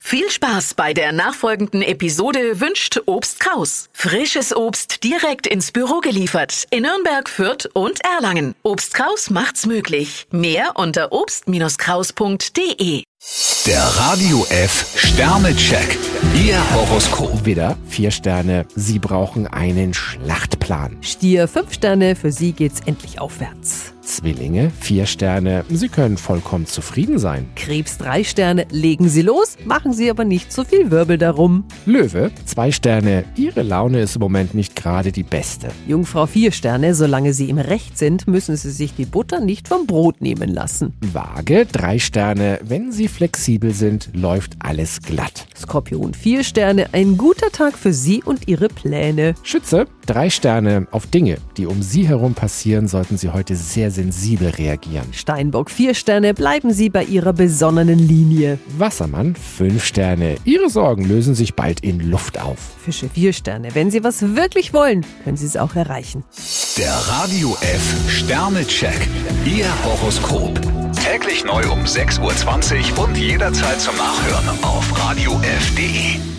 Viel Spaß bei der nachfolgenden Episode wünscht Obst Kraus. Frisches Obst direkt ins Büro geliefert in Nürnberg, Fürth und Erlangen. Obst Kraus macht's möglich. Mehr unter obst-kraus.de. Der Radio F Sternecheck. Ihr Horoskop. Widder, vier Sterne, Sie brauchen einen Schlachtplan. Stier, 5 Sterne, für Sie geht's endlich aufwärts. Zwillinge, vier Sterne, Sie können vollkommen zufrieden sein. Krebs, 3 Sterne, legen Sie los, machen Sie aber nicht so viel Wirbel darum. Löwe, zwei Sterne, Ihre Laune ist im Moment nicht gerade die beste. Jungfrau, 4 Sterne, solange Sie im Recht sind, müssen Sie sich die Butter nicht vom Brot nehmen lassen. Waage, drei Sterne, wenn Sie flexibel sind, läuft alles glatt. Skorpion, 4 Sterne, ein guter Tag für Sie und Ihre Pläne. Schütze, drei Sterne, auf Dinge, die um Sie herum passieren, sollten Sie heute sehr sensibel reagieren. Steinbock, 4 Sterne, bleiben Sie bei Ihrer besonnenen Linie. Wassermann, fünf Sterne, Ihre Sorgen lösen sich bald in Luft auf. Fische, 4 Sterne, wenn Sie was wirklich wollen, können Sie es auch erreichen. Der Radio F Sternecheck. Ihr Horoskop. Täglich neu um 6.20 Uhr und jederzeit zum Nachhören auf Radio radiof.de.